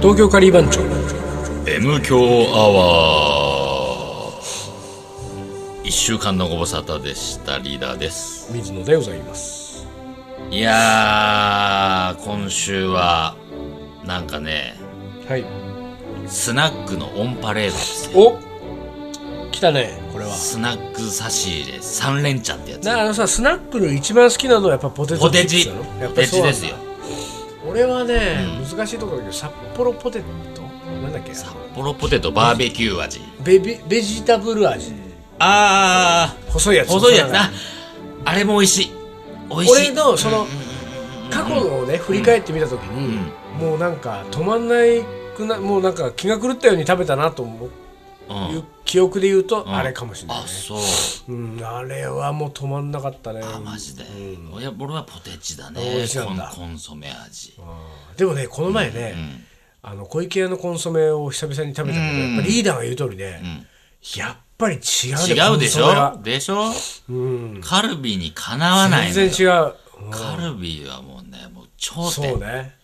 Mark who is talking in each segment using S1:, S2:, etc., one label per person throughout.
S1: 東京カリー番長
S2: M 強アワー一週間のご無沙汰でしたリーダーです
S1: 水野でございます
S2: いやー今週はなんかね
S1: はい
S2: スナックのオンパレードですよ
S1: お来たねこれは
S2: スナック差し入れ三連チャンってやつ
S1: なあのさスナックの一番好きなのはやっぱポテト
S2: ポ
S1: チッ
S2: テ
S1: プス
S2: チ
S1: なのや
S2: ポ
S1: っぱ
S2: テ
S1: りそうな
S2: チ
S1: ん
S2: で
S1: だ
S2: すよ
S1: 俺はね、難しいところだけど札幌ポテトなんだっけ
S2: 札幌ポテトバーベキュー味
S1: ベビベジタブル味
S2: あー
S1: 細いやつ
S2: 細いやつ
S1: 長
S2: なあれも美味しい美味し
S1: 俺
S2: い
S1: のその過去のをね振り返ってみた時に、もうなんか止まんないくなもうなんか気が狂ったように食べたなと思う、
S2: うん
S1: いう記憶で言うと、あれかもしれないね
S2: あそう
S1: うん、あれはもう止まんなかったね
S2: あマジで、いや俺はポテチだね
S1: 美味しかった
S2: コンコンソメ味
S1: でもねこの前ね、あの小池屋のコンソメを久々に食べたけど、やっぱりリーダーが言う通りね、やっぱり違うね
S2: 違うでし
S1: コンソメは
S2: ょでしょ、カルビにかなわないの
S1: 全然違う、うん
S2: カルビはもうねもう頂
S1: そう
S2: 点
S1: ね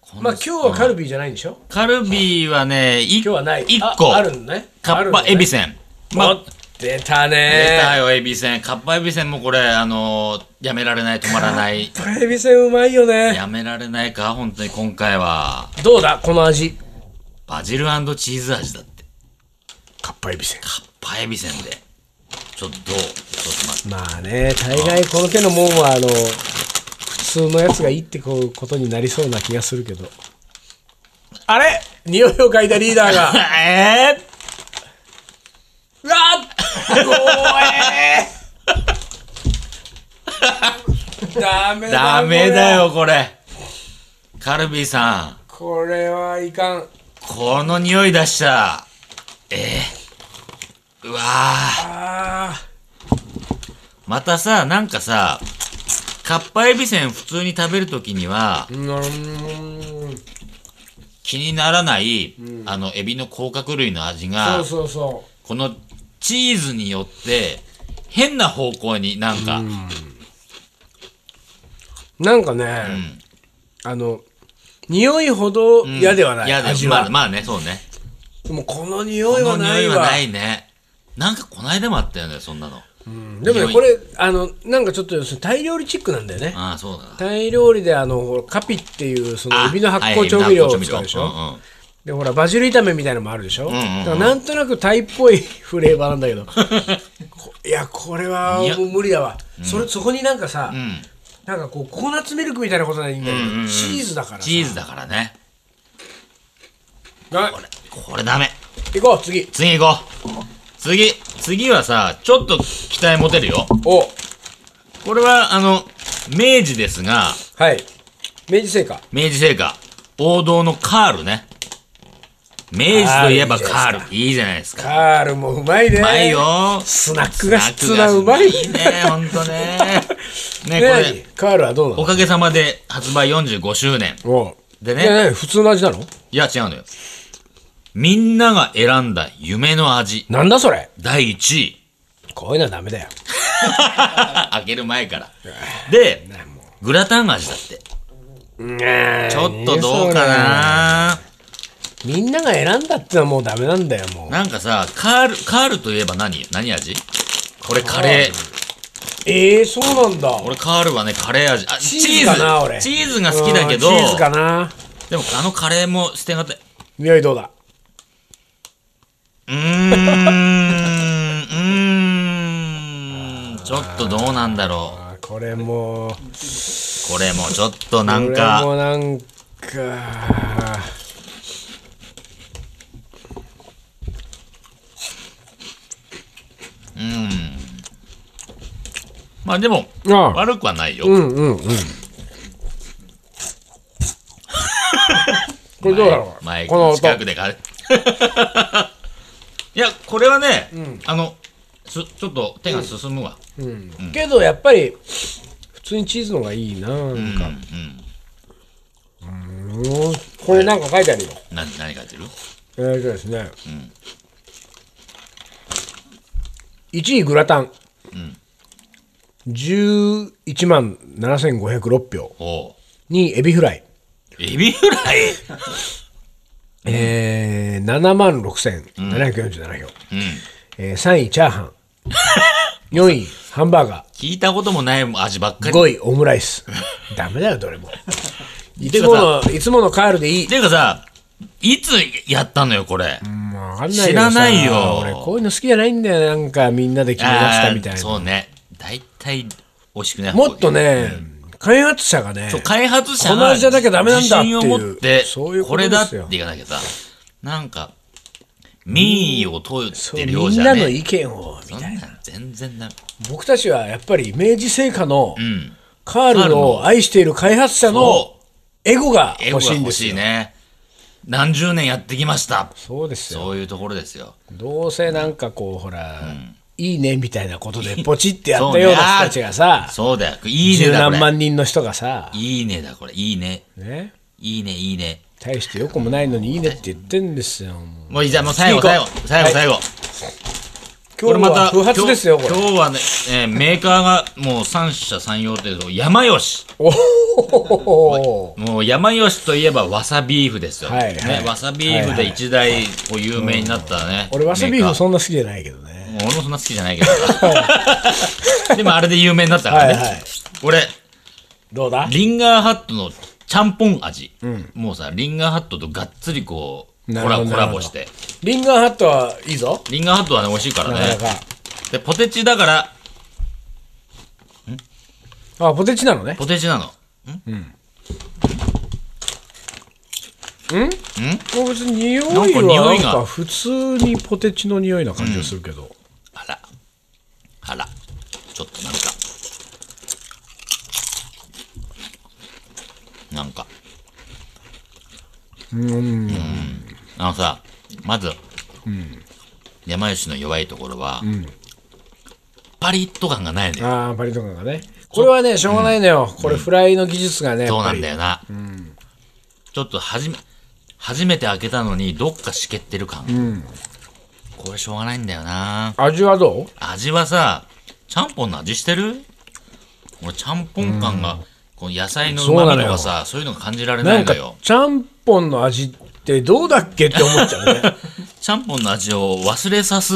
S2: こん
S1: ま
S2: な
S1: あ今日はカルビーじゃないんでしょ
S2: カルビはねい
S1: 今日はない
S2: 一
S1: あ
S2: 個
S1: あるのね
S2: カッパエビせん
S1: ん、ま出た
S2: 出
S1: ね
S2: たよエビせんカッパエビせんもこれあのーやめられない止まら ない
S1: これエビせんうまいよね
S2: やめられないか本当に今回は
S1: どうだこの味
S2: バジルチーズ味だって
S1: かっぱエビせん
S2: カッパエビせんでちょっとどうちょっと待って
S1: まあね大概この手のもんはあの普通のやつがいいってこうことになりそうな気がするけどあれ匂いを嗅いだリーダーが
S2: えー
S1: うわっ怖えーダメだ
S2: ダメだよこれカルビーさん
S1: これはいかん
S2: この匂い出したええうわー
S1: あ
S2: またさなんかさかっぱえびせん普通に食べるときには
S1: ーうーん
S2: 気にならない、あのエビの甲殻類の味が
S1: そうそうそ
S2: このチーズによって変な方向になんか、
S1: うなんかね、あの匂いほど嫌ではない、
S2: 嫌だよ
S1: 味
S2: ま
S1: は
S2: あ、まあねそうね
S1: でもこの匂
S2: こ
S1: いは
S2: の
S1: な
S2: 匂
S1: い
S2: い
S1: わ
S2: はないねなんかこないだもあったよねそんなの、
S1: でも
S2: 匂
S1: ね
S2: い
S1: これあのなんかちょっと要するにタイ料理チックなんだよね
S2: ああそうだな
S1: タイ料理であのほらカピっていうその
S2: あ
S1: エビの発酵調味料を使うでしょ、
S2: は
S1: でほらバジル炒めみたいなのもあるでしょ、
S2: んうんう
S1: だ
S2: ん
S1: からなんとなくタイっぽい フレーバーなんだけ どこいやこれはい
S2: や
S1: もう無理だわ、それそこになんかさ、
S2: いうん
S1: なんかこうココナッツミルクみたいなことないいんだけど、チーズだからさ
S2: チーズだからね
S1: はい
S2: これこれダメ
S1: 行こう次
S2: 次行こう次次はさちょっと期待持てるよ
S1: お
S2: これはあの明治ですが
S1: はい明治製菓
S2: 明治製菓王道のカールね明治といえばカールいいじゃないですか
S1: カールもうまいねう
S2: うまいよ
S1: スナック菓子なうまい
S2: スナック菓子いいねほんとねねこ
S1: ね
S2: れ
S1: カールはどうなの
S2: おかげさまで発売45周年
S1: お
S2: でね
S1: いや何普通の味なの
S2: いや違うのよみんなが選んだ夢の味
S1: なんだそれ
S2: 第1位
S1: こういうのはダメだよ
S2: 開ける前から。で、グラタン味だって。ちょっとどうかな
S1: みんなが選んだってのはもうダメなんだよもう
S2: なんかさ、カール、カールといえば何何味これカレー。
S1: えー、そうなんだ
S2: 俺カールはね、カレー味。あ、
S1: チーズかな俺
S2: チーズが好きだけど
S1: うん、チーズかな
S2: でもあのカレーも捨てがたい。
S1: 匂いどうだ
S2: うーん、うーん、ちょっとどうなんだろ
S1: あこれもう
S2: う。これもちょっとなん
S1: こ
S2: か、
S1: れもなんか
S2: まあでも、
S1: ああ
S2: 悪くはないよ。
S1: うんうんうんこれどうだろう
S2: マイク
S1: この
S2: の
S1: 音
S2: 近くで買う。 いや、これはね、あの、す、ちょっと手が進むわ。
S1: けどやっぱり普通にチーズの方がいいななんかうんこれなんか書いてあるよ
S2: な、何書いてる
S1: えーとですね、1位グラタン、11万7506票
S2: おう
S1: 2位エビフライ
S2: エビフライ
S1: えー、7万6747票。
S2: うん。
S1: えー、3位、チャーハン。4位、ハンバーガ
S2: 聞いたこともない味ばっか
S1: ー。
S2: り。っ
S1: 5位、オムライス。ダメだよ、ど れも。い
S2: て
S1: つ
S2: か
S1: も
S2: さ
S1: の、いつものカールでいい。
S2: ていうかさ、いつやったのよ、これ。
S1: もうわかんないけどさ
S2: 知らないよ
S1: 俺、こういうの好きじゃないんだよ。なんか、みんなで決め出したみたい
S2: あー
S1: な。
S2: そうね。大体、美味しくない。
S1: もっと。ね、開発者がね、
S2: そう、開発者
S1: この
S2: が
S1: 味じゃなきゃダメなんだっていう
S2: 自信を持って、
S1: そういうこ
S2: こと
S1: で
S2: れ
S1: すよ
S2: だって言わなきゃさ、なんか、民意を問う
S1: そう
S2: てるよう
S1: み
S2: じ
S1: ん
S2: ゃ
S1: な
S2: ね
S1: の意見を、
S2: そんなん全然ダメ。
S1: 僕たちはやっぱり明治製菓の
S2: うん。
S1: カールを愛している開発者の
S2: そ
S1: エゴが
S2: エゴ
S1: 欲
S2: が
S1: しいんで
S2: 欲
S1: す
S2: しい
S1: よ。
S2: ね。何十年やってきました。
S1: そうですよ。
S2: そういうところですよ。
S1: どうせなんかこう、ほら、いいねみたいなこと でポチってやったような人たちがさ、
S2: そうだよ。いいね
S1: 十
S2: だ、こ
S1: 何
S2: れ。
S1: 万人の人がさ、
S2: いいねだ、これ。いいね。
S1: ね、
S2: いいね、いいね。
S1: 大して良くもないのにいいねって言ってんですよ。
S2: もういいじゃんもう最後、
S1: 次
S2: 最
S1: 行
S2: 後
S1: こ、う
S2: 最後、最後。
S1: 今日は不発ですよ、こ
S2: 今
S1: れ
S2: 日。今日はね、えーメーカーがもう三社三様というと、山吉。
S1: おお
S2: もう山吉といえばわさビーフですよ。
S1: はいはい
S2: ね、わさビーフで一大こう有名になったね。
S1: 俺、わさビーフ
S2: ん
S1: そんな好きじゃないけどね。
S2: 俺もそんな好きじゃないけど。でもあれで有名にな ったからね。
S1: はいはい
S2: 俺、
S1: どうだ
S2: リンガーハットのちゃんぽん味。もうさ、リンガーハットとがっつりこう、
S1: な
S2: コ
S1: るほ
S2: ラ
S1: ど
S2: コラボして。
S1: リンガーハットはいいぞ。
S2: リンガーハットはね、美味しいから
S1: なかな
S2: ね。
S1: か。
S2: で、ポテチだから、
S1: あ、ポテチなのね。
S2: ポテチなの。
S1: もう別に匂い
S2: なんか
S1: は
S2: 匂
S1: なん
S2: いが
S1: か普通にポテチの匂いな感じがするけど。
S2: あら。あら。ちょっとなんか。なんか。うん。あのさ、まず、山吉の弱いところは、パリッと感がないのよ。
S1: ああ、パリとかがね。これはね、しょうがないのよ。これフライの技術がね。
S2: そうなんだ
S1: よ。
S2: よな。ちょっとはじめ、初めて開けたのに、どっかしけってる感。これしょうがないんだよな。
S1: 味はどう
S2: 味はさちゃんぽんの味してる俺ちゃんぽん感が、この野菜のうまみとかさそういうのが感じられな
S1: ないん
S2: の
S1: か
S2: よ、
S1: ちゃんぽんの味ってどうだっけって思っちゃ うね。
S2: ちゃんぽんの味を忘れさす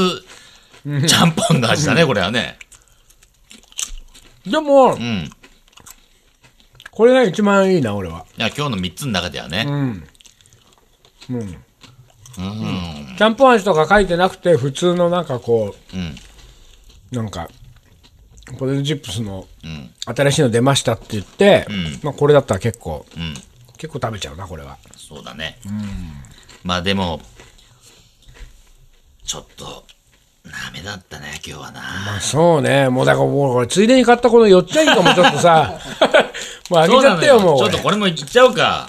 S2: ちゃんぽんの味だねこれはね
S1: でも
S2: う、んい
S1: これが一番いいな、俺は。
S2: や今日の3つの中ではね、
S1: ちゃんぽん味とか書いてなくて、普通のなんかこ
S2: うん
S1: う、なんか、ポテトチップスの
S2: うん
S1: 新しいの出ましたって言って、まあこれだったら結構、
S2: うん
S1: 結構食べちゃうな、これは。
S2: そうだね、まあでもちょっとダメだったね今日はな
S1: まあそうね、もうだからもうこれ、ついでに買ったこのよっちゃんいかもちょっとさ、 もうあげ
S2: そう
S1: ち
S2: な
S1: ゃっ
S2: の
S1: て
S2: よ
S1: よ、もう
S2: ちょ
S1: こ
S2: っと
S1: れ。
S2: これもいっちゃおうか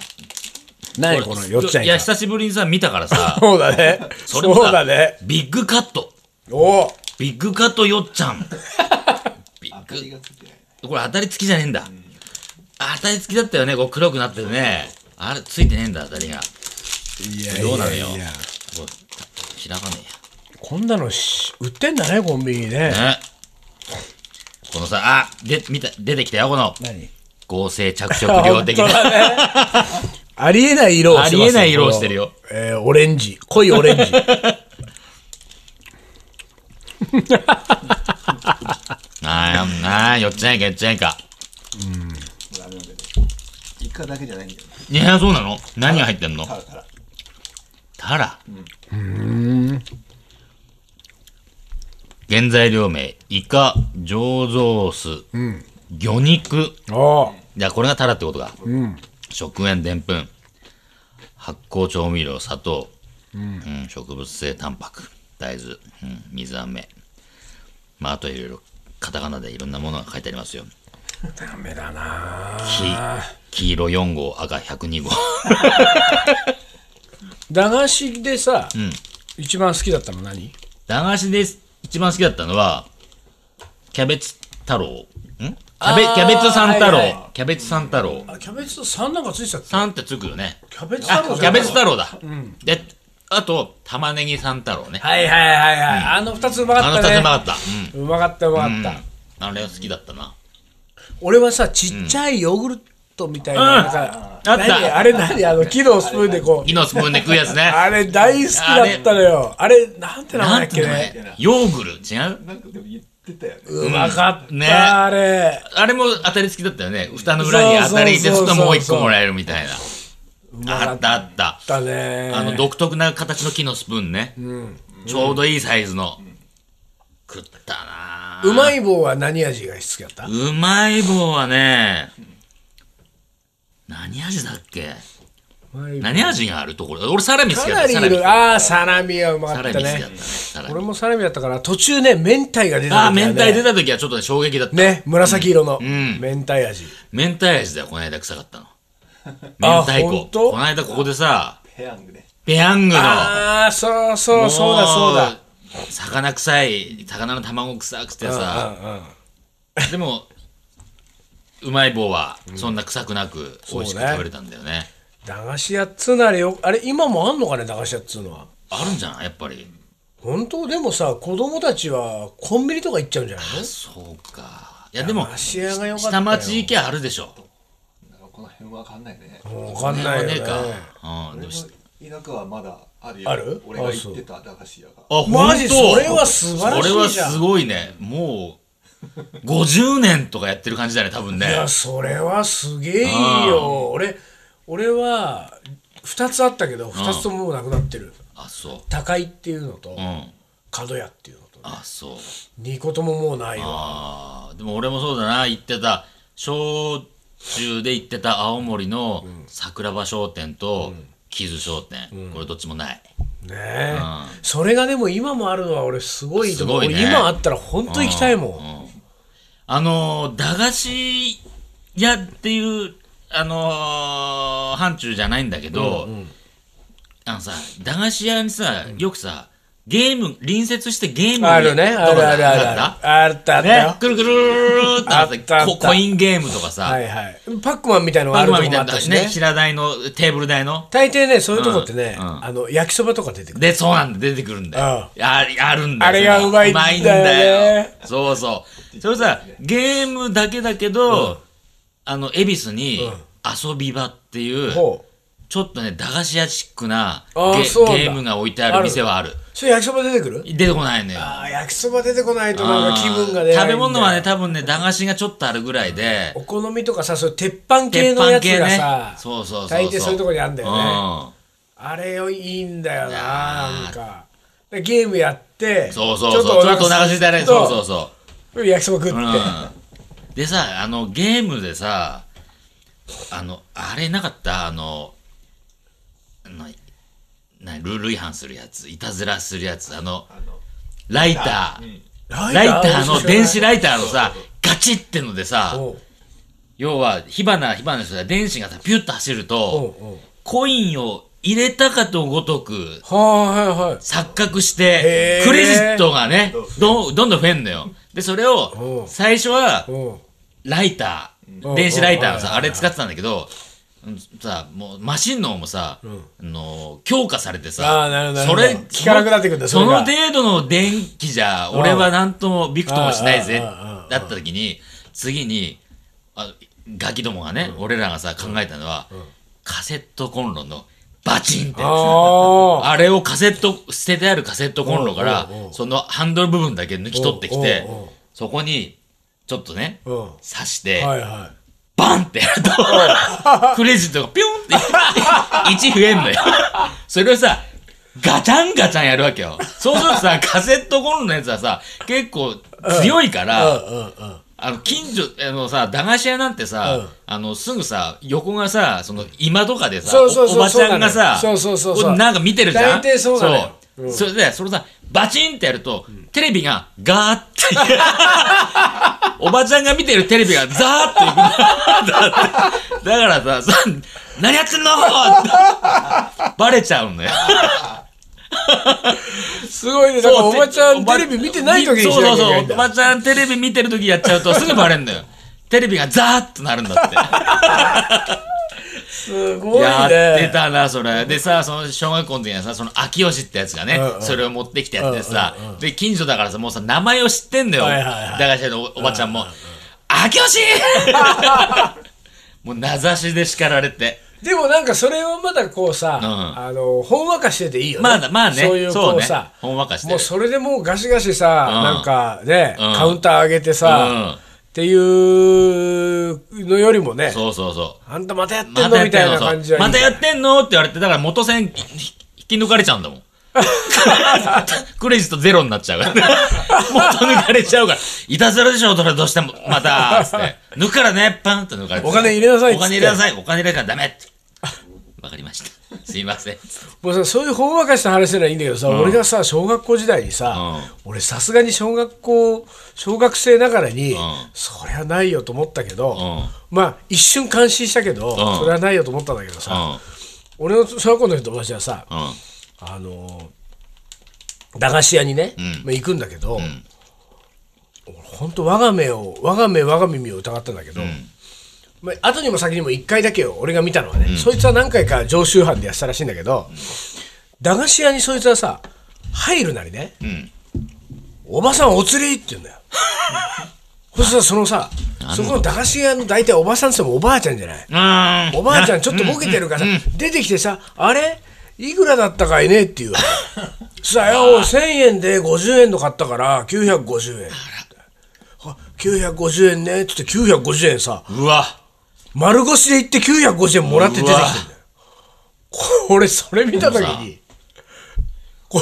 S1: 何このよっちゃん
S2: い
S1: い
S2: や
S1: か。
S2: 久しぶりにさ見たから さ
S1: そうだね。
S2: それもさ
S1: うだね。
S2: ビッグカット。
S1: おお。
S2: ビッグカットよっち ゃん。ビッグ。これ当たり付きじゃねえんだ。あ当たり付きだったよね。こう黒くなってるね。あれ、ついてねえんだ、当たりが。
S1: いや
S2: どうなのよ
S1: いやいや
S2: こう開かね
S1: こんなのし売ってんだね、コンビニ
S2: え
S1: ね。
S2: や。ね。このさ、あ、で、見た、出てきたよ、この。
S1: 何
S2: 合成着色 料的な。
S1: ありえない色をしてますよ
S2: ありえない色をしてるよ。
S1: このえー、オレンジ。濃いオレン ジ。
S2: あーあー、よっちゃんいか、よっちゃんいか。
S3: イカだけじゃないんだよね
S2: いや、そうなの何が入ってんの
S3: タラタラ
S2: タラ。原材料名、イカ、醸造酢、魚肉。
S1: おお。
S2: じゃあこれがタラってことか。食塩、でんぷん。発酵調味料、砂糖。うん植物性タンパク。大豆。うん水飴。まあ、あといろいろ、カタカナでいろんなものが書いてありますよ。
S1: ダメだなぁ
S2: き黄色4号、赤102号。
S1: 駄菓子でさ、
S2: ん
S1: 一番好きだったの何
S2: 駄菓子で一番好きだったのは、キャベツ太郎。んキャベ
S1: あー
S2: キャベツ三太郎、
S1: はいは
S2: キャベツ三太郎。
S1: あキャベツと3なんかついてたっけ
S2: 三ってつくよね。
S1: キャベツ
S2: あ、
S1: 太郎
S2: キャベツ太郎だ。で、あと、玉ねぎ三太郎ね。
S1: はいはいはいはい。あの2つうま
S2: あ
S1: か
S2: の
S1: った
S2: 二つ
S1: ね。
S2: うまかった。う
S1: う
S2: ん
S1: まかったうまかった、
S2: あれは好きだったな。
S1: 俺はさちっちゃいヨーグルトみたいな、なんか、
S2: あった
S1: 何あれ何あの、木のスプーンでこう、
S2: 木のスプーンで食うやつね。
S1: あれ大好きだったのよ。あれ、なんて名前だ
S2: なん
S1: っけ
S2: て
S1: ね。
S2: ね、ヨーグル違う
S3: なんかでも言ってたよね。
S1: うまかった、
S2: ね
S1: あれ。
S2: あれも当たり付きだったよね。蓋の裏に当たりで
S1: そうそうそうそう
S2: 蓋もう一個もらえるみたいな。
S1: かった
S2: あったあっ
S1: だ
S2: た。
S1: ね。
S2: あの独特な形の木のスプーンね。ちょうどいいサイズの。食ったなぁ
S1: うまい棒は何味が好きだった
S2: うまい棒はね、何味だっけ何味があるところ俺サラミ好
S1: か
S2: きだ
S1: な
S2: った。
S1: り
S2: サ
S1: い
S2: ラミ。
S1: る。ああ、サラミはうまか
S2: サ
S1: っ
S2: ラミ
S1: た
S2: 好きだった
S1: ね
S2: ね。。サラ
S1: 俺
S2: ミ。
S1: もサラミだったから、途中ね、明太が出
S2: あ
S1: た
S2: あ、
S1: 時だ
S2: 明
S1: よね
S2: 太出た時はちょっとね、衝撃だった。
S1: ね、紫色の、
S2: ん
S1: 明太味。
S2: 明太味だよ、この間臭かったの。明
S1: あ
S2: 太
S1: ほ
S2: 子。
S1: んと
S2: この間ここでさ、
S3: ペヤングね。
S2: ペヤングの。
S1: ああ、そうそう、そうだそうだ。
S2: もう。魚臭い、魚の卵臭くてさ、 でも、うまい棒はそんな臭くなく美味し
S1: そ
S2: く
S1: うね
S2: 食べれたんだよね。
S1: 駄菓子屋っつうなりよ、あれ、今もあんのかね、駄菓子屋っつうのは。
S2: あるんじゃん、やっぱり。
S1: 本当でもさ、子供たちはコンビニとか行っちゃうんじゃないの
S2: そうか。いや、でも、
S1: 芦屋が良かったよ
S2: 下町行きゃあるでしょ。
S3: なんかこの辺わかんないね。
S1: わかんないよ
S2: ね
S1: ね。
S2: えか。うん、でもし
S3: 田舎はまだあるよ。
S1: ある
S3: 俺が行ってた駄菓子屋が。
S2: あ、
S1: マジ
S2: ほん
S1: そ
S2: と
S1: れは素晴らしいじゃん
S2: それはすごいね。も う、50年とかやってる感じだね、多分ね。
S1: いや、それはすげえいいよ。俺、俺は、2つあったけど、2つとももうなくなってる。
S2: あ、そ
S1: 高井っていうのと
S2: う。う、ん。
S1: 角屋っていうのと、
S2: あ、そう。
S1: 2個とももうないわ。
S2: あーでも俺もそうだな、行ってた、小中で行ってた青森の桜庭商店と、木津商店、これどっちもない。
S1: ねえ、それがでも今もあるのは俺すごいと思う。
S2: すごいね
S1: 俺今あったら本当行きたいもん。
S2: あのー駄菓子屋っていう、あのー範疇じゃないんだけど、あのさ、駄菓子屋にさ、よくさ、ゲーム、隣接してゲーム
S1: あるね。あるあるある
S2: あった
S1: ある。あったあった
S2: ね
S1: よ、。
S2: くるくるーっとあ
S1: あったあ
S2: っ
S1: ったた
S2: ココインゲームとかさ、
S1: はいはい。パックマンみたいなのが
S2: パ
S1: あ
S2: グ
S1: るとこもあ
S2: マみた
S1: っ
S2: いな
S1: たし
S2: ね、
S1: ね。
S2: 平台の、テーブル台の。
S1: 大抵ね、そういうとこってね、
S2: うんうん
S1: あの、焼きそばとか出てくる。
S2: で、そうなんだ、出てくるんだよ。ああるんだよ。
S1: あれが
S2: そう
S1: まいんだよね
S2: うまいんだよそうそう。それさ、ゲームだけだけど、あの、恵比寿に、遊び場っていう、
S1: ほう。
S2: ちょっとね、駄菓子屋チックなゲ
S1: あーそうなんだ
S2: ゲームが置いてある店はある。
S1: それ焼きそば出てくる
S2: 出てこないのよ。
S1: あー焼きそば出てこないとなんか気分がね。
S2: 食べ物
S1: な
S2: は
S1: い
S2: ね、
S1: んだよ
S2: 多分ね、駄菓子がちょっとあるぐらいで、
S1: お好みとかさ、そういう鉄板系のやつがさ、
S2: そうそうそうそう。
S1: 大抵そういうとこにあるんだよね。
S2: うん
S1: あれよいいんだよな、なんか。でゲームやって、
S2: そうそうそう。ちょっとお腹空いたね。そうそうそう。
S1: う。焼きそば食って。
S2: うん、でさあのゲームでさあのあれなかったあのななルール違反するやついたずらするやつあのライター、ライターの電子ライターのさガチってのでさ
S1: おう
S2: 要は火花火花の人が電子がさピュッと走る
S1: お
S2: と
S1: うおう
S2: コインを入れたかとごとく
S1: はいはいはい。
S2: 錯覚し
S1: へ
S2: て
S1: ー
S2: クレジットがねどんどんどん増えんのよでそれを
S1: おう
S2: 最初は
S1: おう
S2: ライター、
S1: うん
S2: 電子ライターの
S1: う
S2: さ、
S1: ん
S2: あれ使ってたんだけど、うんさ、もうマシンの方もさ、あの強化されてさ、
S1: あーなるほどなる
S2: そ
S1: ほど
S2: れ、
S1: 効かなくなってくんだ
S2: その
S1: それが
S2: その程度の電気じゃ、俺はなんともびくともしないぜ、
S1: あーあーあーあ
S2: だった時に、次に、あガキどもがね、俺らがさ、考えたのは、カセットコンロのバチンってやつ。
S1: あ
S2: あれをカセット、捨ててあるカセットコンロから
S1: おうおうお、う
S2: そのハンドル部分だけ抜き取ってきて
S1: おうおうおう、
S2: そこに、ちょっとね、
S1: うん
S2: 刺して
S1: あ。、はいは
S2: バンってやると、クレジットがピョンって1増えんのよ。それをさ、ガチャンガチャンやるわけよ。そうするとさ、カセットコンロのやつはさ、結構強いか
S1: い。
S2: ら、
S1: うんうんうん。
S2: あの、近所、あのさ、駄菓子屋なんてさ、
S1: うん
S2: あの、すぐさ、横がさ、その、今とかでさ、
S1: そうそうそう
S2: おおばちゃんがさ、
S1: そうそうそうそう
S2: こなんか見てるじゃん
S1: 大体そうなのよ
S2: そうそれで、それさ、バチンってやると、テレビがガーって、 おばちゃんが見てるテレビがザーっていくんだって。だからさ、さ何やってんのってバレちゃうのよ。
S1: すごいね。だからおばちゃんテレビ見てない時にしなきゃいけ
S2: そう
S1: な
S2: そ
S1: い
S2: うんそう。お
S1: だ
S2: ばちゃんテレビ見てる時やっちゃうとすぐバレんのよ。テレビがザーッとなる んだって。
S1: すごいね。
S2: やってたな、それ。でさ、その小学校の時にはさ、その秋吉ってやつがね、
S1: うんうん
S2: それを持ってきてやってさ、で、近所だからさ、もうさ、名前を知ってんだよ。
S1: はいはいはい
S2: 駄菓子屋のおおばちゃんも。秋吉 もう名指しで叱られて。
S1: でもなんかそれをまたこうさ、
S2: うん
S1: あの、ほんわかしてていいよね。
S2: まあまあね
S1: そういうこう
S2: そうね
S1: さ、
S2: ほんわかしてる
S1: もうそれでもうガシガシさ、
S2: うん
S1: なんかね、
S2: うん
S1: カウンター上げてさ、
S2: う
S1: っていうのよりもね
S2: ん。、そうそうそう。
S1: あんたまたやってんの
S2: またやっ
S1: みた
S2: て
S1: い
S2: んの
S1: な
S2: そ
S1: 感じは
S2: う
S1: いい
S2: またや
S1: っ
S2: ってんのって言われて、だから元栓引き抜かれちゃうんだも ん。クレジットゼロになっちゃうから。元抜かれちゃうから。いたずらでしょ、それどうしても。また、つって。抜くからね、パンと抜かれて。
S1: お金入れなさいっつ
S2: お
S1: って
S2: 金入れなさい。お金入れなきゃダメって。わかりました。すいません。
S1: もうさそういうほんわかした話ならいいんだけどさ、俺がさ小学校時代にさ、俺さすがに小学校小学生ながらに、
S2: ん
S1: そりゃないよと思ったけど、
S2: う
S1: まあ一瞬感心したけど、
S2: ん
S1: それはないよと思ったんだけど
S2: うん。う
S1: さ、俺の小学校の時の友達はさ、
S2: ん。
S1: あのー駄菓子屋にね、まあ、行くんだけど、俺ほんと我が目を我が目我が耳を疑ったんだけど、まあ後にも先にも1回だけよ俺が見たのはね、そいつは何回か常習犯でやってたらしいんだけど、駄菓子屋にそいつはさ入るなりね、
S2: ん
S1: おばさんお釣りって言うん だよそしたらそのさそこの駄菓子屋の大体おばさんって言ってもおばあちゃんじゃない
S2: うん。
S1: おばあちゃんちょっとボケてるからさ、出てきてさ、あれいくらだったかいねっていう。 さあ、いや俺1000円で50円の買ったから、950円。あ950円ねっつって950円さ、
S2: うわ。
S1: 丸腰で行って950円もらって出てきてんだよ。これ、それ見たときに、こ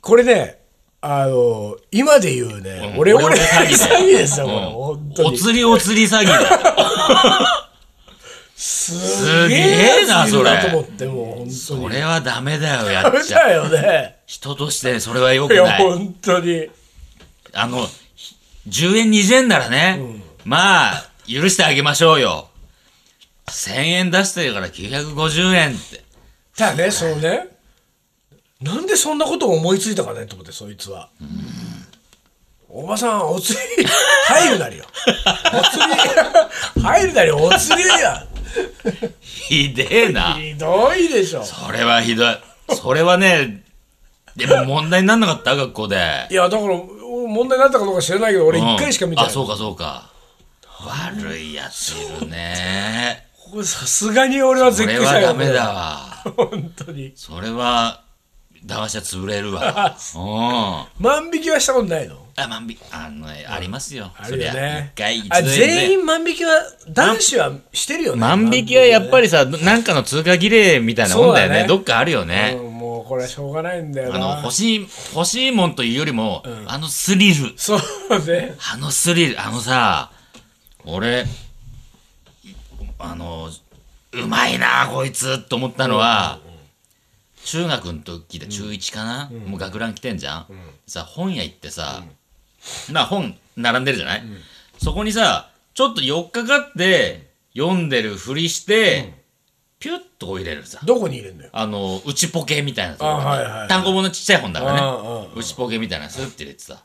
S1: これね、あの、今で言うね、俺
S2: 俺
S1: 俺
S2: 俺
S1: 詐
S2: 詐欺だよ
S1: 欺ですよ、これ。本当
S2: お
S1: に。
S2: 釣りお釣り詐 欺だよ。
S1: す
S2: げえなそれ
S1: 詐欺だと思って、もう本当に。
S2: これはダメ だよ、やっちゃ。
S1: だよね。
S2: 人としてそれは良
S1: い
S2: く
S1: や、
S2: ない。
S1: 本当に。
S2: あの、10円、20円ならね、まあ、許してあげましょうよ。1000円出してるから950円って。
S1: ただね、そのね、なんでそんなことを思いついたかねと思って、そいつは。おばさん、お釣り、入るなりよ。お釣り、入るなりよ、お釣りや。
S2: ひでえな。
S1: ひどいでしょ。
S2: それはひどい。それはね、でも問題になんなかった学校で。
S1: いや、だから、問題になったかどうか知らないけど、俺
S2: うん
S1: 一回しか見てない。
S2: あ、そうかそうか。悪いやついるね。
S1: これさすがに俺は
S2: そ
S1: 絶
S2: れ
S1: 句し
S2: は
S1: たよ。
S2: ダメだわ。
S1: これ。本当に。
S2: それは、駄菓子屋潰れ るわ。うん。
S1: 万引きはしたことないの
S2: あ、万引き、あのね、ありますよ。
S1: あるよ
S2: そりゃ
S1: ね
S2: 一。回、一
S1: あ、
S2: 度
S1: 全員万引きは、男子はしてるよね。
S2: 万引きはやっぱりさ、なんかの通過儀礼みたいなもんだよ
S1: そうだ
S2: ね。
S1: ね
S2: どっかあるよね。
S1: うんもうこれはしょうがないんだよ
S2: あ
S1: な
S2: の、欲しい、欲しいもんというよりも、あのスリル。
S1: そうね
S2: あのスリル、あのさ、俺、あの、うまいな、こいつと思ったのは、中学の時で中1かな、もう学ラン来てんじゃん、さ、本屋行ってさ、まあ本並んでるじゃない、そこにさ、ちょっと寄っかかって、読んでるふりして、ピュッとこう入れるさ。
S1: どこにいるんだよ
S2: あの、内ポケみたいなところに
S1: あはいはいはい
S2: 単行本のちっちゃい本だから
S1: うんうん
S2: ね。内ポケみたいなのスッて入れてさ。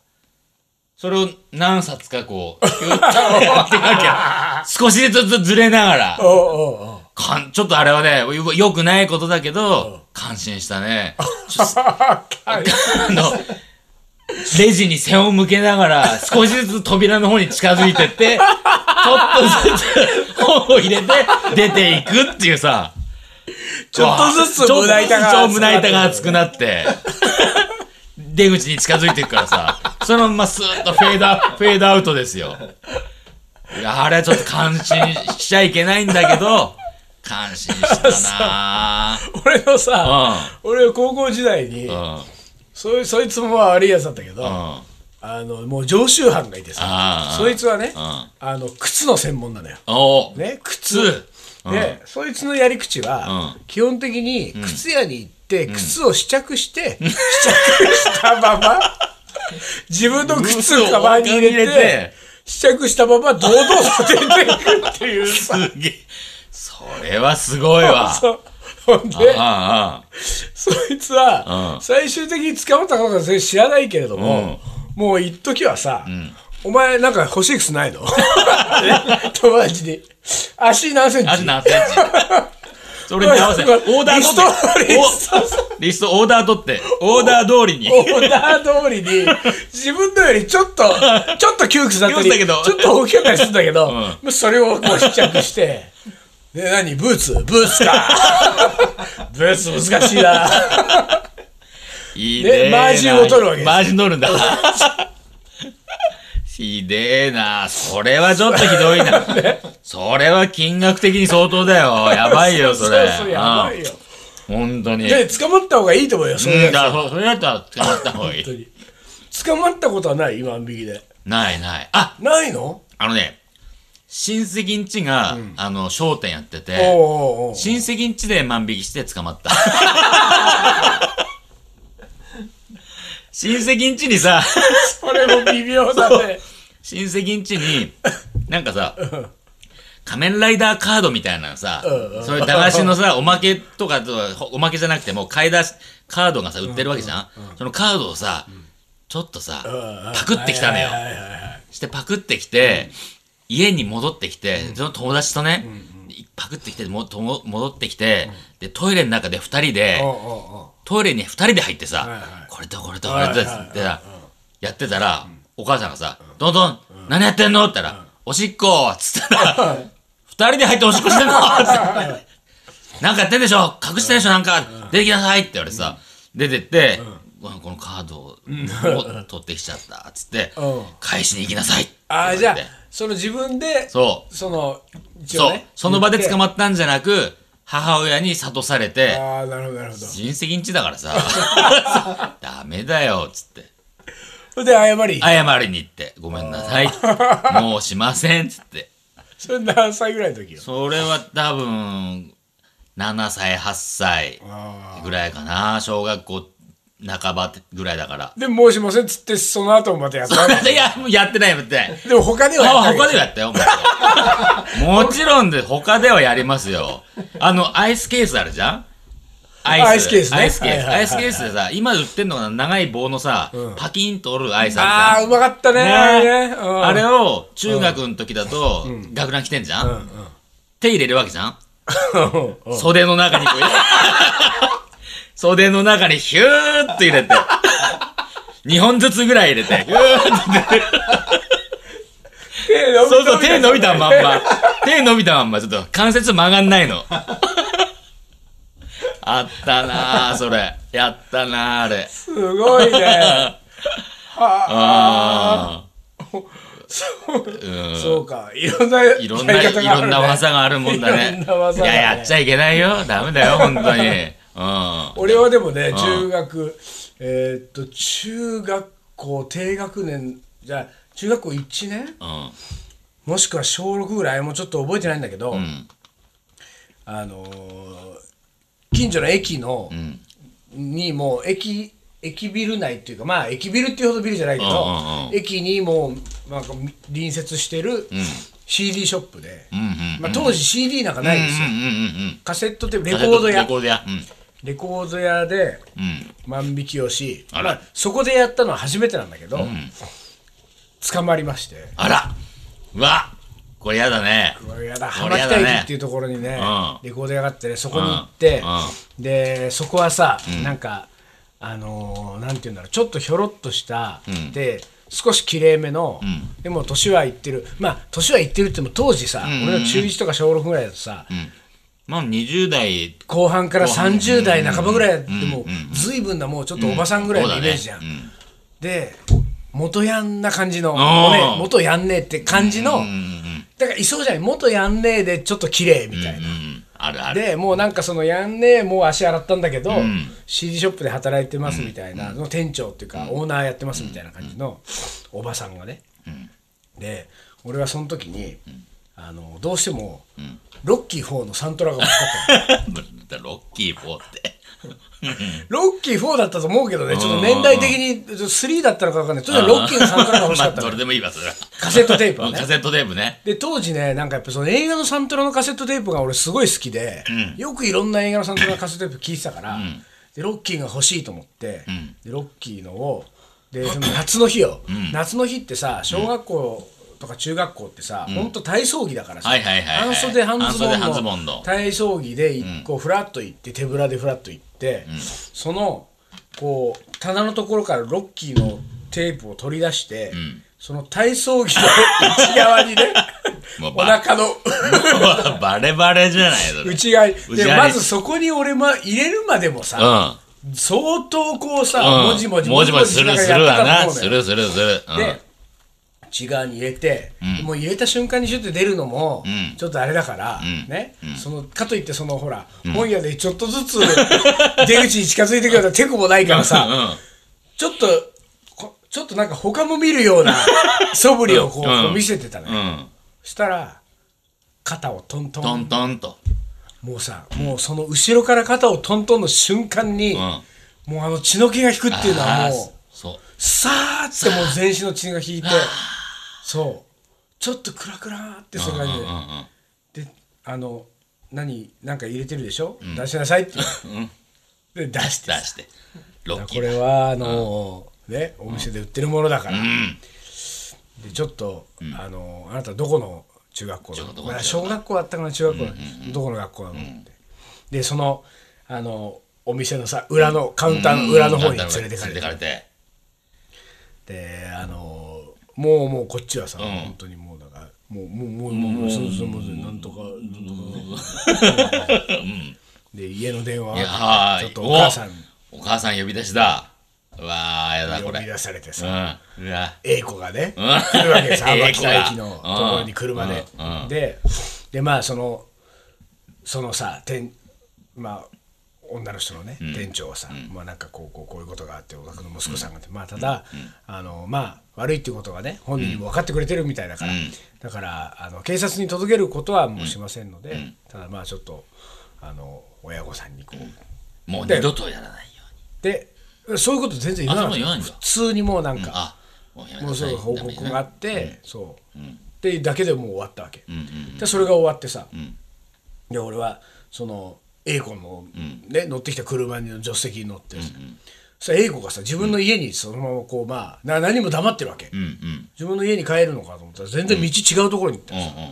S2: それを何冊かこう、ゆったりやっていくわけよ。少しずつずれながら。
S1: おうおうおう
S2: かんちょっとあれはね、よよくないことだけど、感心したね。ちょっと あの、レジに背を向けながら、少しずつ扉の方に近づいてって、ちょっとずつ本を入れて出ていくっていうさ。
S1: ちょっとずつ
S2: ちょっと
S1: 胸板が
S2: ちょっと胸板が熱くなって、出口に近づいていくからさ、そのままスーッとフェードアップ、フェードアウトですよ。いや、あれはちょっと感心しちゃいけないんだけど、感心したな
S1: 俺のさ
S2: ぁ。
S1: 俺の高校時代に
S2: うん。うん。うん。
S1: そいそいつも悪いやつだったけど
S2: あ
S1: あのもう常習犯がいて
S2: あ
S1: さ
S2: ー
S1: そいつはね
S2: うん
S1: あの靴の専門なのよ
S2: お
S1: ね靴
S2: 靴
S1: でそいつのやり口は
S2: うん
S1: 基本的に靴屋に行って靴を試着して試着したまま自分の靴をカバンに入れ
S2: 靴をカバンに入れ
S1: て
S2: て
S1: 試着したまま堂々と出ていくっていうさ
S2: すげえ。それはすごいわ。
S1: そうほんで
S2: あ
S1: そいつは、
S2: うん
S1: 最終的に捕まったかどうか全然知らないけれども、もう一時はさ、お前なんか欲しい靴ない のね友達に。足何セン
S2: あああ。あと
S1: チ
S2: 何センチそれに合わせて、オーダー
S1: リスト
S2: 取って。
S1: リ
S2: お
S1: スト
S2: リスト、オーダー取って、オーダー通りに。
S1: オーダー通りに、自分のよりちょっと、ちょっと窮屈だったり、
S2: 窮屈だけど
S1: ちょっと大きかったりするんだけど、
S2: ん
S1: もうそれをこう試着して、で、何ブーツブーツ か。ブーツ難しいな。
S2: いいね
S1: でマージンを取るわけです
S2: マージン取るんだ。ひでえな。それはちょっとひどいな。それは金額的に相当だよ。やばいよ、それ。
S1: そうそう、やばいよ。
S2: うん本当に。
S1: で、捕まった方がいいと思うよ、それ
S2: うん、
S1: だ
S2: だからそそれだったら捕まった方が
S1: け本
S2: い
S1: 当
S2: い。
S1: に。捕まったことはない今、万引きで。
S2: ないない。あ、
S1: ないの
S2: あのね、親戚んちが、あの、商店やって
S1: おう
S2: て、
S1: おうおう
S2: 親戚んちで万引きして捕まった。親戚んちにさ、
S1: それも微妙だね。
S2: 親戚んちに、なんかさ、仮面ライダーカードみたいなのさ、
S1: うん
S2: そういう駄菓子のさ、おまけとかとは、ほおまけじゃなくてもう買い出し、カードがさ、売ってるわけじゃん、そのカードをさ、ちょっとさ、パクってきたのよ。
S1: はいはいはいはい
S2: してパクってきて、家に戻ってきて、その友達とね、パクってきて、もとも戻ってきて、で、トイレの中で二人で、
S1: おうおうおう
S2: トイレに二人で入ってさ、
S1: はいはい
S2: これとこれとこれと
S1: は
S2: って
S1: いはいはい
S2: さやってたら、お母さんがさ、どんどん、何やってんのって言ったら、おしっこっつったら、二人で入っておしっこして んのつってなんかやってんでしょ隠してんでしょなんか、出てきなさいって言われてさ、出てって、うわこのカードを取ってきちゃったっつって
S1: うん、
S2: 返しに行きなさいって言
S1: あ
S2: わ
S1: あ、
S2: れ
S1: じ
S2: て
S1: ゃあ、その自分で、
S2: そう。
S1: その、一応
S2: そう
S1: ね。。
S2: その場で捕
S1: ま
S2: まったんじゃなく、母親に諭されて、
S1: ああ、なるほど、なるほど。
S2: 親戚んちだからさ、 ダメだよ、つって。
S1: それで謝り。
S2: 謝りに行って、ごめんなさい。もうしません、つって。
S1: それ何歳ぐらいの時よ。
S2: それは多分、7歳、8歳
S1: あ
S2: ぐらいかな。小学校半ばぐらいだから。
S1: で、もうしませんっつって、その後もまたやったわけ。
S2: いや、もうやってない、やってない。
S1: でも他ではやった
S2: あ
S1: わけ
S2: 他ではやったよ、も うもちろんで、他ではやりますよ。あの、アイスケースあるじゃんア
S1: アイスケースね
S2: アイスケー
S1: は
S2: ス。
S1: いはいはいはい
S2: アイスケースでさ、今売ってんのが長い棒のさ、パキンと折るアイス
S1: あ
S2: あ
S1: あ、
S2: る
S1: うまかった
S2: じ
S1: ね。
S2: ゃん。
S1: あれ
S2: ね
S1: ね。うん
S2: あれを中学の時だと、学ラン着てんじゃん、手入れるわけじゃん、袖の中 にこう入れ袖の中にヒューッと入れて、2本ずつぐらい入れ て、ヒューッと入れて
S1: 手伸び
S2: そうそう、手伸びたまん。
S1: ね
S2: ま。手伸びたまんま、ちょっと関節曲がんないの。あったなぁ、それ。やったなぁ、あれ。
S1: すごいね。
S2: あ
S1: そうか。いろんなや
S2: ー
S1: り
S2: いろ
S1: 方
S2: ん
S1: があ
S2: な、
S1: るね、
S2: いろんな技があるもんだね。
S1: いろんな技
S2: い
S1: がね
S2: や、やっちゃいけないよ。ダメだよ、本当に。うん。
S1: 俺はでもね、中学、えーっと、中学校低学年、じゃあ、中学校1年
S2: うん。
S1: もしくは小6ぐらいもうちょっと覚えてないんだけど、
S2: うん。
S1: あのー近所の駅の、
S2: ん
S1: にもう駅駅ビル内っていうかまあ駅ビルっていうほどビルじゃないけど、
S2: うんうんうん
S1: 駅にもうなんか隣接してる CD ショップで、
S2: うん。うん。
S1: まあ、当時 CD なんかないんですよ、
S2: うん。うん。
S1: カセットテープ
S2: う
S1: レ
S2: ん。
S1: コード屋
S2: レコード屋。うん。
S1: レコード屋で
S2: うん。
S1: 万引きをし
S2: あら
S1: まあ、そこでやったのは初めてなんだけど、捕まりまして
S2: あら。うわ。これやだね。
S1: これやだ
S2: こ
S1: 浜
S2: れやだ
S1: 北
S2: ね
S1: 駅っていうところにね
S2: う
S1: レコード屋があってねそこに行って
S2: う
S1: でそこはさ、なんかあのーなんて言うんだろうちょっとひょろっとした、で少しきれいめの、でも年はいってるまあ年はいってるって言っても当時さ、俺の中1とか小6ぐらいだとさ、
S2: まあ、20代
S1: 後半から30代半ばぐらいでもう随分なもうちょっとおばさんぐらいのイメージじゃん。
S2: そうだね
S1: で元やんな感じの、
S2: あ
S1: ね、
S2: ー
S1: 元やんねえって感じの、だからいそうじゃない元やんねえでちょっと綺麗みたいな。
S2: うん、あるある。
S1: でもうなんかそのやんねえもう足洗ったんだけど、CD ショップで働いてますみたいな、の店長っていうか、オーナーやってますみたいな感じのおばさんがね、で俺はその時に、あのどうしても、ロッキー4のサントラが欲しかったの
S2: ロッキー4って。
S1: ロッキー4だったと思うけどね、ちょっと年代的に3だったのか分かんない。とにかくロッキーのサントラが欲しか った
S2: ま
S1: の
S2: あ、どれでもいいわ、それは。
S1: カセットテープは
S2: カ
S1: ね。
S2: セットテープね。
S1: で、当時ね、なんかやっぱその映画のサントラのカセットテープが俺すごい好きで、よくいろんな映画のサントラのカセットテープ聞いてたから、で、ロッキーが欲しいと思って、で、ロッキーのを、で、その夏の日を、夏の日ってさ、小学校とか中学校ってさ、ほんと体操着だからさ、
S2: はいはいはいはい
S1: 半袖半ズボンの
S2: 半袖半ズボンの
S1: 体操着で一個フラッと行って手ぶらでフラッと行って、そのこう棚のところからロッキーのテープを取り出して、その体操着の内側に ね
S2: もう
S1: お
S2: ば
S1: 腹の
S2: バレバレじゃないそれ。
S1: 内側に
S2: 内
S1: で
S2: 側
S1: ま
S2: に
S1: ずそこに俺も入れるまでもさ、
S2: うん。
S1: 相当こうさ、
S2: うん。
S1: もじもじ
S2: もじもじする
S1: し
S2: す
S1: な
S2: る
S1: がらやってたと
S2: わな。
S1: 思うのよ
S2: するするする。うん。
S1: で内側に入れて、もう入れた瞬間にシュッて出るのも、
S2: ん
S1: ちょっとあれだから、ね、そのかといってそのほら、本屋でちょっとずつ 出口に近づいてくるようなテコもないからさ、ちょっとこちょっとなんか他も見るような素振りをこう,、
S2: うん
S1: こう見せてたの
S2: うん。う
S1: よ、
S2: ん。
S1: したら肩をトントン
S2: トントンと。
S1: もうさもうその後ろから肩をトントンの瞬間に、
S2: うん。あ
S1: もうあの血の気が引くっていうのは
S2: あ
S1: もう
S2: ー、。そう。
S1: さーってもう全身の血が引いてそうちょっとクラクラーってそういう
S2: うんうん
S1: 感
S2: うん。
S1: じでであの何なんか入れてるでしょ、出しなさいって、で出して
S2: 出
S1: さ
S2: して。ロッキ
S1: こ
S2: ーだ。
S1: れはあのーねお店で売ってるものだから、でちょっと、あのーあなたどこの中学校な
S2: ど
S1: の、
S2: この中学校
S1: まあ小学校だったかな中学校だ、どこの学校なのって、でそのあのーお店のさ裏のカウンターの裏の方に連れてかれて
S2: 連れてれて
S1: であのもうもうこっちはさ、
S2: ん
S1: 本当にもうだからもうもうもうもうもうそうそうもうなんとかなんとかで家の電話
S2: いやは
S1: ち
S2: ー
S1: ょ
S2: い
S1: っとお母さん
S2: おお母さん呼び出しだうわーやだこ
S1: 呼
S2: れ
S1: び出されて
S2: うん
S1: さ
S2: うわ
S1: 英子がね
S2: ん
S1: 来るわけです天
S2: 英子
S1: 城
S2: が
S1: 駅のところに車で
S2: うんうん
S1: ででまあそのそのさ店まあ女の人のね、店長はさ、まあなんかこうこうこういうことがあってお宅の息子さんがって、まあただ、あのまあ悪いっていうことがね本人にも分かってくれてるみたいだから、だからあの警察に届けることはもうしませんので、ただまあちょっとあの親御さんにこう、
S2: もう二度とやらないように
S1: でそういうこと全然言わな
S2: あそういうの言わないん
S1: い
S2: だ
S1: 普通にもうなんか、
S2: あもうやめ
S1: も
S2: な
S1: うそ
S2: さ
S1: う
S2: い
S1: いう報告があっ
S2: ダ
S1: て、そう、っていうだけでもう終わったわけ、
S2: メだね
S1: でそれが終わってさ、で俺はその A 子の、ね乗ってきた車の助手席に乗ってさ、そしたら A 子がさ自分の家にそのままこうまあな何も黙ってるわけ、
S2: うんうん
S1: 自分の家に帰るのかと思ったら全然道違うところに行って、
S2: うんうんうん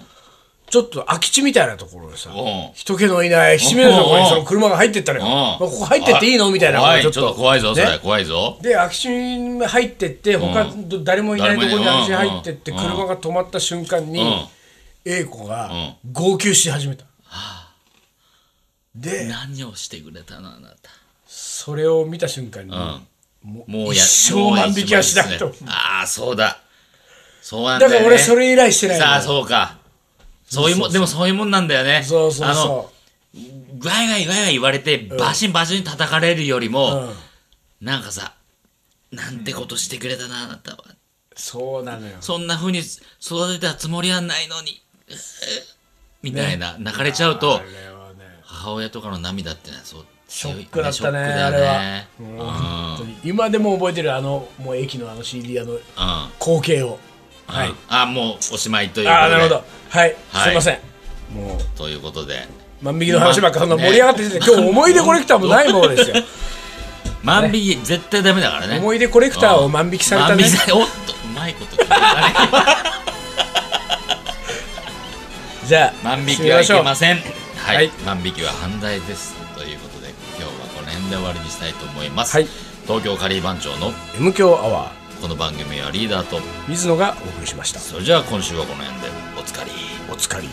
S1: ちょっと空き地みたいなところでさ
S2: おう
S1: 人気のいないひしめのところ
S2: おうお
S1: に
S2: う
S1: その車が入ってったのよ、
S2: うん
S1: まあここ入ってっていいのみたいな
S2: 怖いちょっと怖いぞそ
S1: ね
S2: れ怖いぞ
S1: で空き地に入ってって他、ど誰もいないところに
S2: 誰
S1: 空き
S2: もいない
S1: 地に入ってって
S2: うん
S1: 車が止まった瞬間に、
S2: うん
S1: A 子が
S2: う
S1: 号泣し始めた、で
S2: 何をしてくれたのあなた
S1: それを見た瞬間に、もう
S2: もうや
S1: 一生万引きはしないと、
S2: もう一生万引きはしないああそうだそうなんだ
S1: だか
S2: よ
S1: ら
S2: ね
S1: 俺それ以来してないの
S2: さあそうかそういうもんでもそういうもんなんだよね
S1: そうそう
S2: あの
S1: そ
S2: わいわいわいわい言われてバシンバシン叩かれるより
S1: う、
S2: も、
S1: うん、
S2: なんかさなんてことしてくれたなあなたは
S1: そうなのよ
S2: そんな風に育てたつもりはないのに ううみたいな、泣かれちゃうと
S1: あれはね
S2: 母親とかの涙ってのはそうシ
S1: ショックだったねあれは、もう本当に今でも覚えてるあのもう駅のあの CD あの
S2: はうん
S1: 光景を、は
S2: はいい、あもうおしまいということで
S1: ああなるほどはい、
S2: はい
S1: すいませんもう
S2: ということで
S1: 万引きの話ばっかそんな盛り上がってきて、今日思い出コレクターもないものですよ
S2: 万引き絶対ダメだからね
S1: 思い出コレクターを万引きされた
S2: 万
S1: ね
S2: 引きされおっとうまいこと聞い たね
S1: じゃあ
S2: 万引きはいけま
S1: し
S2: せんはい、
S1: はい
S2: 万引きは犯罪ですということで今日はこの辺で終わりにしたいと思います、
S1: はい
S2: 東京カリー番長の
S1: ょう M 強アワ
S2: この番組はリーダーと
S1: ー水野がお送りしました
S2: それじゃあ今週はこの辺でおつかり
S1: お疲れ